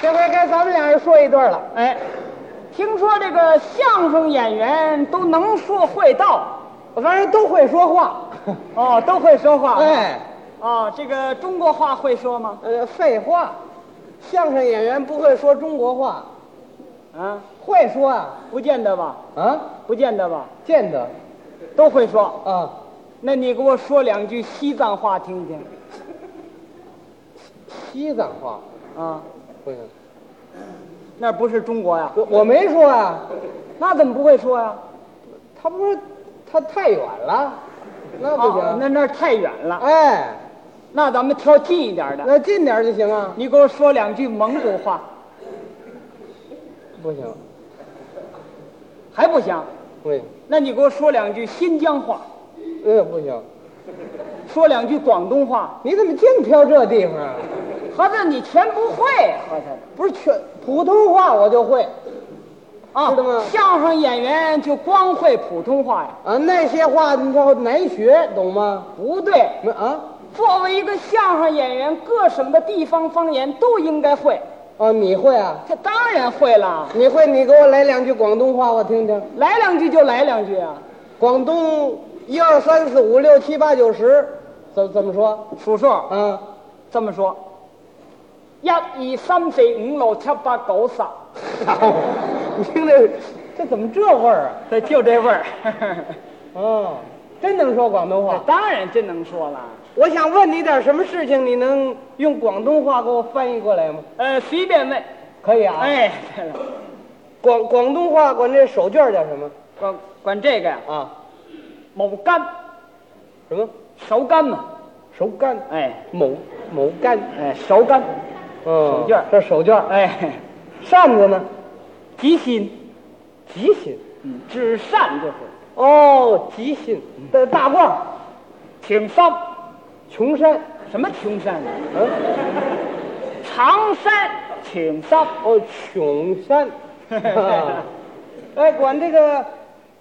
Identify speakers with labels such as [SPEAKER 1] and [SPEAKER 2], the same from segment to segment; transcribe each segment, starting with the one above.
[SPEAKER 1] 这回该咱们俩人说一段了。
[SPEAKER 2] 哎，
[SPEAKER 1] 听说这个相声演员都能说会道，反正都会说话。哦，都会说话。
[SPEAKER 2] 哎，
[SPEAKER 1] 哦，这个中国话会说吗？
[SPEAKER 2] 呃，废话，相声演员不会说中国话，
[SPEAKER 1] 啊，
[SPEAKER 2] 会说啊
[SPEAKER 1] 不见得吧，
[SPEAKER 2] 啊，
[SPEAKER 1] 不见得吧，
[SPEAKER 2] 见得
[SPEAKER 1] 都会说。
[SPEAKER 2] 啊，
[SPEAKER 1] 那你给我说两句西藏话听听。
[SPEAKER 2] 西藏话
[SPEAKER 1] 啊，
[SPEAKER 2] 不行，
[SPEAKER 1] 那不是中国呀？
[SPEAKER 2] 我我没说啊，
[SPEAKER 1] 那怎么不会说呀？
[SPEAKER 2] 他不是他太远了，那不
[SPEAKER 1] 哦
[SPEAKER 2] 行，
[SPEAKER 1] 那那儿太远了。
[SPEAKER 2] 哎，
[SPEAKER 1] 那咱们挑近一点的。
[SPEAKER 2] 那近点儿就行啊，
[SPEAKER 1] 你给我说两句蒙古话，
[SPEAKER 2] 不行，
[SPEAKER 1] 还不行？
[SPEAKER 2] 不行，
[SPEAKER 1] 那你给我说两句新疆话，
[SPEAKER 2] 呃，不行，
[SPEAKER 1] 说两句广东话，
[SPEAKER 2] 你怎么净挑这地方啊？
[SPEAKER 1] 合着你全不会，啊合着
[SPEAKER 2] 不是全普通话我就会知道吗
[SPEAKER 1] 啊，相声演员就光会普通话呀？
[SPEAKER 2] 啊，那些话你要难学，懂吗？
[SPEAKER 1] 不对，
[SPEAKER 2] 没啊
[SPEAKER 1] 作为一个相声演员，各省的地方方言都应该会，
[SPEAKER 2] 哦，你会啊？
[SPEAKER 1] 这当然会了，
[SPEAKER 2] 你会？你给我来两句广东话，我听听。
[SPEAKER 1] 来两句就来两句啊。
[SPEAKER 2] 广东一二三四五六七八九十，怎怎么说？
[SPEAKER 1] 数数，
[SPEAKER 2] 啊，
[SPEAKER 1] 这么说：一、二、三、四、五、六、七、八、九、十，
[SPEAKER 2] 你听这这怎么这味儿啊？
[SPEAKER 1] 这就这味儿。
[SPEAKER 2] 哦，真能说广东
[SPEAKER 1] 这
[SPEAKER 2] 话。
[SPEAKER 1] 当然真能说 了。
[SPEAKER 2] 我想问你点什么事情，你能用广东话给我翻译过来吗？
[SPEAKER 1] 呃，随便问。
[SPEAKER 2] 可以啊。，
[SPEAKER 1] 哎，对了，
[SPEAKER 2] 广广东话管这手绢叫什么？
[SPEAKER 1] 管管这个呀，
[SPEAKER 2] 啊，
[SPEAKER 1] 某干
[SPEAKER 2] 什么？
[SPEAKER 1] 熟干嘛？
[SPEAKER 2] 手干，
[SPEAKER 1] 哎
[SPEAKER 2] 某某干，
[SPEAKER 1] 哎，熟干，
[SPEAKER 2] 手
[SPEAKER 1] 手绢
[SPEAKER 2] 这手绢儿。
[SPEAKER 1] 哎，
[SPEAKER 2] 扇子呢？
[SPEAKER 1] 吉心，
[SPEAKER 2] 吉心。
[SPEAKER 1] 嗯，至善就是，
[SPEAKER 2] 哦，吉心。
[SPEAKER 1] 嗯
[SPEAKER 2] 大大褂，
[SPEAKER 1] 挺桑，
[SPEAKER 2] 穷山。
[SPEAKER 1] 什么穷山啊？
[SPEAKER 2] 嗯、
[SPEAKER 1] 长山嗯挺桑，
[SPEAKER 2] 哦，穷 山。哎，管这个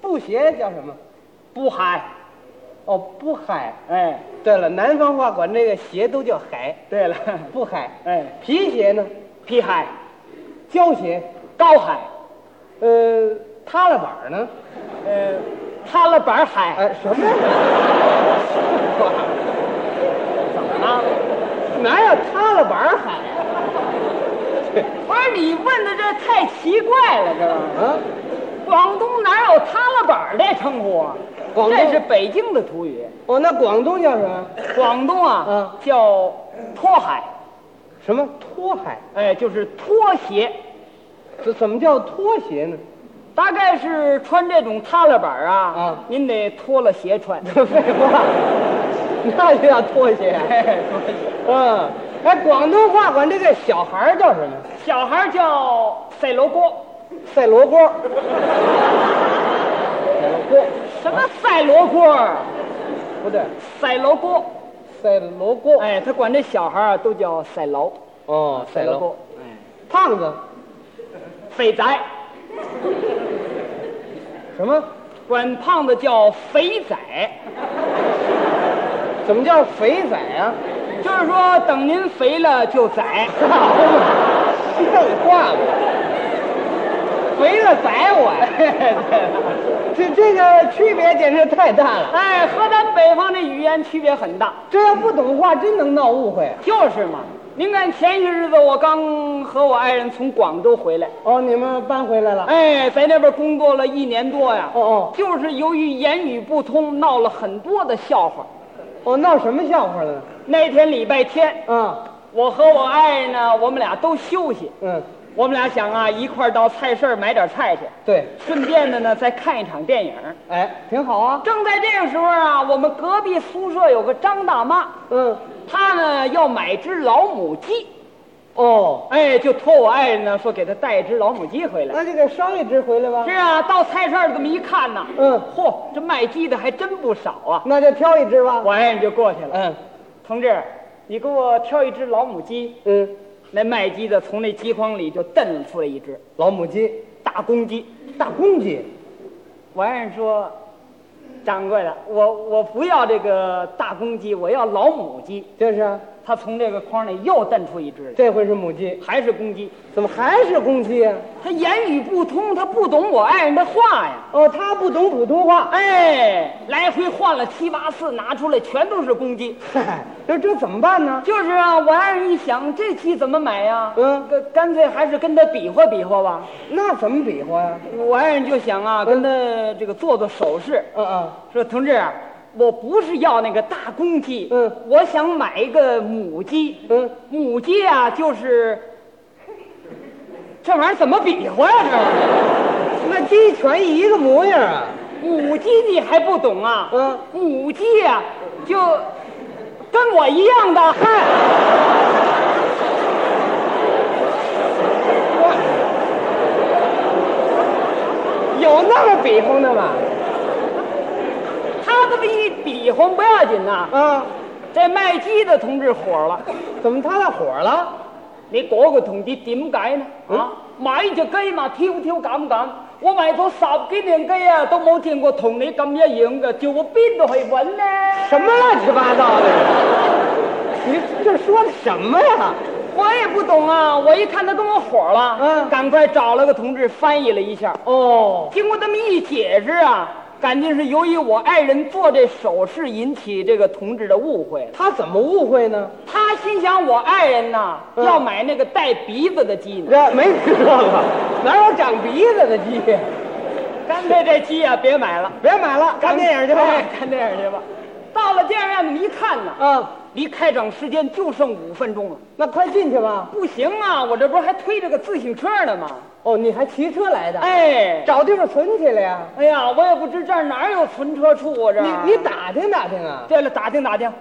[SPEAKER 2] 布鞋叫什么？
[SPEAKER 1] 不海，
[SPEAKER 2] 哦，布鞋。
[SPEAKER 1] 哎，
[SPEAKER 2] 对了，南方话管这个鞋都叫鞋，
[SPEAKER 1] 对了，
[SPEAKER 2] 布鞋。
[SPEAKER 1] 哎，
[SPEAKER 2] 皮鞋呢？
[SPEAKER 1] 皮海，
[SPEAKER 2] 胶鞋。
[SPEAKER 1] 高海，
[SPEAKER 2] 呃，踏拉板呢？
[SPEAKER 1] 呃，踏了板海
[SPEAKER 2] 哎，什么？
[SPEAKER 1] 啊？
[SPEAKER 2] 哪有踏拉板 海呀、
[SPEAKER 1] 不是你问的这太奇怪了，这个。
[SPEAKER 2] 啊？
[SPEAKER 1] 广东哪有塌拉板儿这称呼啊？
[SPEAKER 2] 广东
[SPEAKER 1] 这是北京的土语。
[SPEAKER 2] 哦，那广东叫什么？
[SPEAKER 1] 广东啊，
[SPEAKER 2] 嗯
[SPEAKER 1] 叫拖海，
[SPEAKER 2] 什么拖鞋？
[SPEAKER 1] 哎，就是拖鞋，
[SPEAKER 2] 这怎么叫拖鞋呢？
[SPEAKER 1] 大概是穿这种塌拉板儿啊，
[SPEAKER 2] 啊
[SPEAKER 1] 您得脱了鞋穿。
[SPEAKER 2] 废话，那就叫拖鞋。嗯，哎，广东话管这个小孩儿叫什么？
[SPEAKER 1] 小孩儿叫赛罗锅，
[SPEAKER 2] 赛罗锅。赛罗锅
[SPEAKER 1] 什么赛罗锅儿？
[SPEAKER 2] 不对，
[SPEAKER 1] 赛罗锅，
[SPEAKER 2] 赛罗锅。
[SPEAKER 1] 哎，他管这小孩儿啊都叫赛劳，
[SPEAKER 2] 哦，赛罗
[SPEAKER 1] 锅
[SPEAKER 2] 锅。，胖子，
[SPEAKER 1] 肥宅，
[SPEAKER 2] 什么？
[SPEAKER 1] 管胖子叫肥仔，
[SPEAKER 2] 怎么叫肥仔啊？
[SPEAKER 1] 就是说等您肥了就 宰。
[SPEAKER 2] 像话吗？肥了宰 我，这这个区别简直太大了。
[SPEAKER 1] 哎，和咱北方的语言区别很大，
[SPEAKER 2] 这要不懂话，真能闹误会。啊
[SPEAKER 1] 就是嘛。您看前些日子我刚和我爱人从广州回来，
[SPEAKER 2] 哦，你们搬回来了？
[SPEAKER 1] 哎，在那边工作了一年多呀，
[SPEAKER 2] 哦哦
[SPEAKER 1] 就是由于言语不通，闹了很多的笑话。
[SPEAKER 2] 哦，闹什么笑话了？
[SPEAKER 1] 那天礼拜天，
[SPEAKER 2] 啊，
[SPEAKER 1] 我和我爱人呢，我们俩都休息，
[SPEAKER 2] 嗯，
[SPEAKER 1] 我们俩想啊，一块儿到菜市儿买点菜去，
[SPEAKER 2] 对，
[SPEAKER 1] 顺便的呢再看一场电影。
[SPEAKER 2] 哎，挺好啊。
[SPEAKER 1] 正在这个时候啊，我们隔壁宿舍有个张大妈，
[SPEAKER 2] 嗯，
[SPEAKER 1] 她呢要买只老母鸡。
[SPEAKER 2] 哦，
[SPEAKER 1] 哎，就托我爱人呢说给他带一只老母鸡回来。
[SPEAKER 2] 那就给捎一只回来吧
[SPEAKER 1] 是。啊，到菜市儿这么一看呐，
[SPEAKER 2] 嗯
[SPEAKER 1] 嚯，这卖鸡的还真不少啊。
[SPEAKER 2] 那就挑一只吧。
[SPEAKER 1] 我爱人就过去了，
[SPEAKER 2] 嗯
[SPEAKER 1] 同志，你给我挑一只老母鸡。
[SPEAKER 2] 嗯，
[SPEAKER 1] 那卖鸡的从那鸡筐里就蹬出来一只
[SPEAKER 2] 老母鸡，
[SPEAKER 1] 大公鸡。
[SPEAKER 2] 大公鸡。
[SPEAKER 1] 我爱人说：“掌柜的，我我不要这个大公鸡，我要老母鸡。
[SPEAKER 2] 就是啊，”
[SPEAKER 1] 他从这个筐里又蹬出一只来，
[SPEAKER 2] 这回是母鸡，
[SPEAKER 1] 还是公鸡。
[SPEAKER 2] 怎么还是公鸡啊呀、
[SPEAKER 1] 他言语不通，他不懂我爱人的话呀。
[SPEAKER 2] 哦，它不懂普通话，
[SPEAKER 1] 哎，来回换了七八次，拿出来全都是公鸡。
[SPEAKER 2] 嗨，这哎这怎么办呢？
[SPEAKER 1] 就是啊，我爱人一想，这鸡怎么买呀？
[SPEAKER 2] 嗯
[SPEAKER 1] 干干脆还是跟他比划比划吧。
[SPEAKER 2] 那怎么比划呀、
[SPEAKER 1] 我爱人就想啊，跟他这个做做手势，
[SPEAKER 2] 嗯嗯，
[SPEAKER 1] 说同志，啊我不是要那个大公鸡，
[SPEAKER 2] 嗯，
[SPEAKER 1] 我想买一个母鸡，
[SPEAKER 2] 嗯，
[SPEAKER 1] 母鸡啊，就是这玩意儿怎么比划呀、
[SPEAKER 2] 那鸡全一个模样啊。
[SPEAKER 1] 这母鸡你还不懂啊？
[SPEAKER 2] 嗯，
[SPEAKER 1] 母鸡呀、就跟我一样的，嗨，
[SPEAKER 2] 有那么比划的吗？
[SPEAKER 1] 他这么一比划不要紧呐、
[SPEAKER 2] 啊，
[SPEAKER 1] 这卖鸡的同志火了，
[SPEAKER 2] 怎么他俩火了？
[SPEAKER 1] 你嗰個同志點解呢？啊
[SPEAKER 2] 嗯，
[SPEAKER 1] 買只雞嘛，挑挑揀揀，我買咗十幾年雞啊，都冇見過同你咁一樣嘅，叫我邊度去揾呢？
[SPEAKER 2] 什么乱七八糟的？你这说的什么呀？
[SPEAKER 1] 我也不懂啊，我一看他跟我火了，
[SPEAKER 2] 嗯
[SPEAKER 1] 赶快找了个同志翻译了一下。
[SPEAKER 2] 哦，
[SPEAKER 1] 经过这么一解释啊，感情是由于我爱人做这手势引起这个同志的误会了。
[SPEAKER 2] 他怎么误会呢？
[SPEAKER 1] 他心想我爱人呐、
[SPEAKER 2] 嗯
[SPEAKER 1] 要买那个带鼻子的鸡呢。
[SPEAKER 2] 这没听说过，哪有长鼻子的鸡？
[SPEAKER 1] 干脆这鸡啊，别买了，
[SPEAKER 2] 别买了，看电影去
[SPEAKER 1] 哎
[SPEAKER 2] 吧。
[SPEAKER 1] 看电影去吧。到了电影院，你们一看呢，
[SPEAKER 2] 啊，
[SPEAKER 1] 离开场时间就剩五分钟了。
[SPEAKER 2] 那快进去吧。
[SPEAKER 1] 不行啊，我这不是还推着个自行车呢吗？
[SPEAKER 2] 哦，你还骑车来的？，
[SPEAKER 1] 哎，
[SPEAKER 2] 找地方存起来呀。
[SPEAKER 1] 哎呀，我也不知这儿哪儿有存车处啊，这儿
[SPEAKER 2] 你你。打听打听啊。
[SPEAKER 1] 对了，打听打听，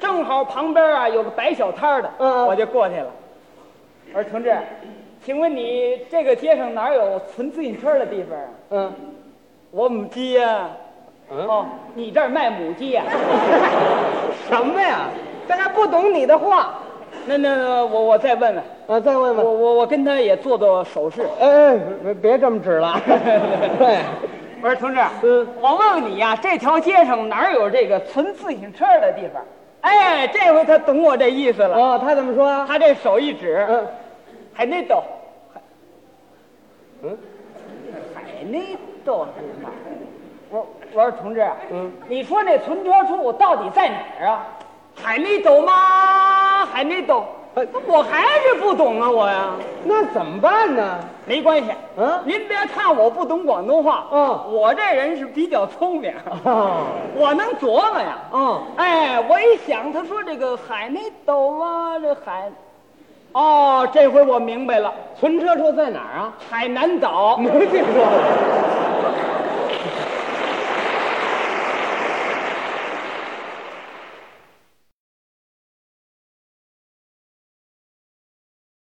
[SPEAKER 1] 正好旁边啊有个摆小摊儿的，
[SPEAKER 2] 嗯
[SPEAKER 1] 我就过去了。我说同志，请问你这个街上哪儿有存自行车的地方啊？
[SPEAKER 2] 嗯
[SPEAKER 1] 我母鸡呀、
[SPEAKER 2] 嗯
[SPEAKER 1] 哦，你这儿卖母鸡呀、
[SPEAKER 2] 什么呀？这还不懂你的话。
[SPEAKER 1] 那那那我我再问问，
[SPEAKER 2] 啊，再问
[SPEAKER 1] 我
[SPEAKER 2] 问。
[SPEAKER 1] 我我跟他也做做手势。
[SPEAKER 2] 哎，别别这么指 了。对，
[SPEAKER 1] 我说同志，啊
[SPEAKER 2] 嗯
[SPEAKER 1] 我问问你呀、这条街上哪儿有这个存自行车的地方？哎，这回他懂我这意思了。
[SPEAKER 2] 哦，他怎么说呀？
[SPEAKER 1] 他这手一指，
[SPEAKER 2] 嗯
[SPEAKER 1] 海内斗，
[SPEAKER 2] 嗯
[SPEAKER 1] 海内斗是哪儿？我我说同志，啊
[SPEAKER 2] 嗯，
[SPEAKER 1] 你说那存车处到底在哪儿啊？海内斗吗？海内斗
[SPEAKER 2] 哎，
[SPEAKER 1] 我还是不懂啊，我呀。
[SPEAKER 2] 那怎么办呢？
[SPEAKER 1] 没关系，
[SPEAKER 2] 嗯
[SPEAKER 1] 您别看我不懂广东话，
[SPEAKER 2] 嗯
[SPEAKER 1] 我这人是比较聪明，
[SPEAKER 2] 哦，
[SPEAKER 1] 我能琢磨呀。
[SPEAKER 2] 哦，
[SPEAKER 1] 哎，我一想，他说这个海内斗吗？这海，哦，这回我明白了，
[SPEAKER 2] 存车处在哪儿啊？
[SPEAKER 1] 海南岛。
[SPEAKER 2] 没听说过。